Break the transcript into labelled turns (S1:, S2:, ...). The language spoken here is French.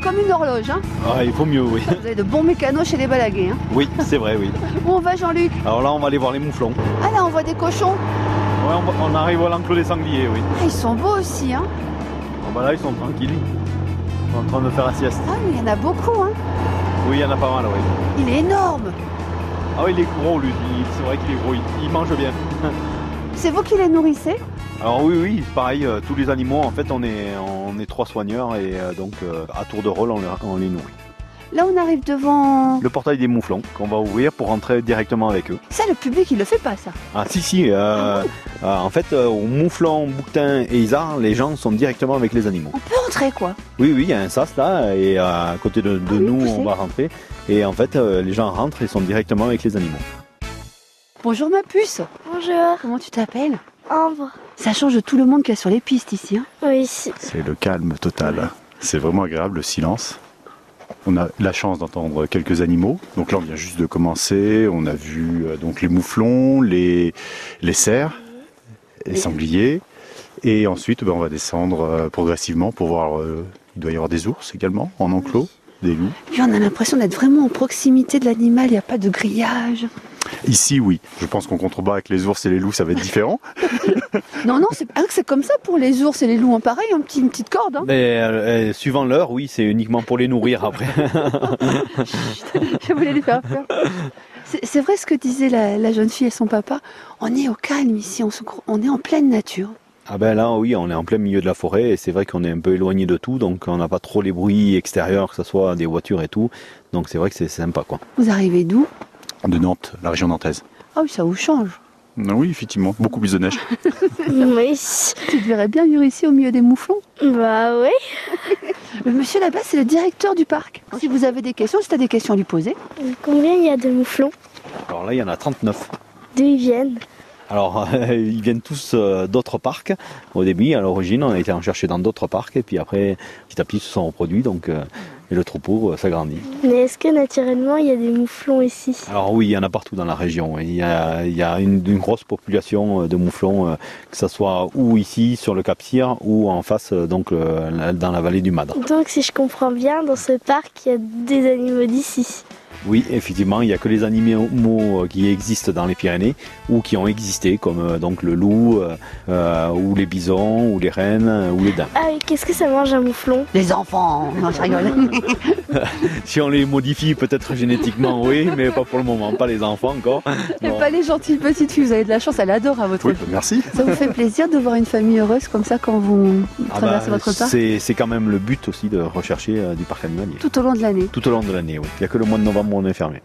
S1: comme une horloge. hein.
S2: Ah, il faut mieux, oui.
S1: Vous avez de bons mécanos chez les balagués. hein.
S2: Oui, c'est vrai, oui.
S1: Où on va, Jean-Luc
S2: Alors là, on va aller voir les mouflons. Ouais,
S1: Ah là, on voit des cochons.
S2: on, va- on arrive à l'enclos des sangliers, oui.
S1: Ah, ils sont beaux aussi. Hein.
S2: Ah, bah là, ils sont tranquilles. Ils sont en train de faire la sieste.
S1: Ah, mais il y en a beaucoup. Hein.
S2: Oui, il y en a pas mal, oui.
S1: Il est énorme.
S2: Ah oui, il est gros, lui. Il- C'est vrai qu'il est gros. Il, il mange bien.
S1: C'est vous qui les nourrissez
S2: Alors oui, oui, pareil, euh, tous les animaux, en fait, on est, on est trois soigneurs et euh, donc euh, à tour de rôle, on les, on les nourrit.
S1: Là, on arrive devant.
S2: Le portail des mouflons qu'on va ouvrir pour rentrer directement avec eux.
S1: Ça, le public, il le fait pas, ça.
S2: Ah si, si, euh, euh, en fait, euh, aux mouflons, bouquetins et isards, les gens sont directement avec les animaux.
S1: On peut entrer, quoi.
S2: Oui, oui, il y a un sas là, et euh, à côté de, de
S1: oui,
S2: nous,
S1: poussez.
S2: on va rentrer. Et en fait, euh, les gens rentrent et sont directement avec les animaux.
S1: Bonjour, ma puce.
S3: Bonjour,
S1: Comment tu t'appelles
S3: Ambre.
S1: Ça change de tout le monde qu'il y a sur les pistes ici. hein.
S3: Oui, si.
S4: C'est le calme total. C'est vraiment agréable, le silence. On a la chance d'entendre quelques animaux. Donc là, on vient juste de commencer. On a vu euh, donc les mouflons, les, les cerfs, les sangliers. Et ensuite, ben, on va descendre euh, progressivement pour voir. euh, il doit y avoir des ours également en enclos, des loups.
S1: Et Puis on a l'impression d'être vraiment en proximité de l'animal, il n'y a pas de grillage.
S4: Ici, oui. Je pense qu'en contrebas avec les ours et les loups, ça va être différent.
S1: Non, non, c'est ah, c'est comme ça pour les ours et les loups, hein, pareil, un petit- une petite corde. hein.
S2: Mais euh, euh, suivant l'heure, oui, c'est uniquement pour les nourrir après.
S1: Je voulais lui faire peur. C'est c'est vrai ce que disait la, la jeune fille et son papa. On est au calme ici, on, se cro- on est en pleine nature.
S2: ah ben là, oui, on est en plein milieu de la forêt et c'est vrai qu'on est un peu éloigné de tout, donc on n'a pas trop les bruits extérieurs, que ce soit des voitures et tout. Donc c'est vrai que c'est sympa, quoi.
S1: Vous arrivez d'où
S4: De Nantes, la région nantaise.
S1: Ah oui, ça vous change.
S4: Ah Oui, effectivement. Beaucoup plus de neige.
S3: Oui, si.
S1: Tu te verrais bien vivre ici au milieu des mouflons.
S3: Bah oui.
S1: Le monsieur là-bas, c'est le directeur du parc. Si vous avez des questions, si tu as des questions à lui poser.
S3: Combien il y a de mouflons
S2: Alors là, il y en a 39.
S3: D'où ils viennent
S2: Alors, euh, ils viennent tous euh, d'autres parcs. Au début, à l'origine, on a été en chercher dans d'autres parcs, et puis après, petit à petit, ils se sont reproduits, donc euh, et le troupeau euh, s'agrandit.
S3: Mais est-ce que naturellement il y a des mouflons ici
S2: Alors oui, il y en a partout dans la région. Il y a, il y a une, une grosse population euh, de mouflons, euh, que ce soit ou ici sur le Cap Cyr ou en face, euh, donc euh, la- dans la vallée du Madre.
S3: Donc si je comprends bien, dans ce parc il y a des animaux d'ici.
S2: Oui, effectivement, il n'y a que les animaux euh, qui existent dans les Pyrénées ou qui ont existé, comme euh, donc le loup, euh, euh, ou les bisons, ou les rennes, euh, ou les daims.
S3: Ah oui, qu'est-ce que ça mange un mouflon
S1: Les enfants Non, je rigole.
S2: Si on les modifie peut-être génétiquement, oui, mais pas pour le moment, pas les enfants encore.
S1: Et
S2: Bon.
S1: pas les gentilles petites filles, vous avez de la chance, elle adore à votre
S4: Oui, merci.
S1: Ça vous fait plaisir de voir une famille heureuse comme ça quand vous
S2: Ah bah,
S1: traversez votre parc
S2: c'est c'est quand même le but aussi de rechercher euh, du parc animalier.
S1: tout au long de l'année.
S2: Tout au long de l'année, oui. Il n'y a que le mois de novembre où on est fermé.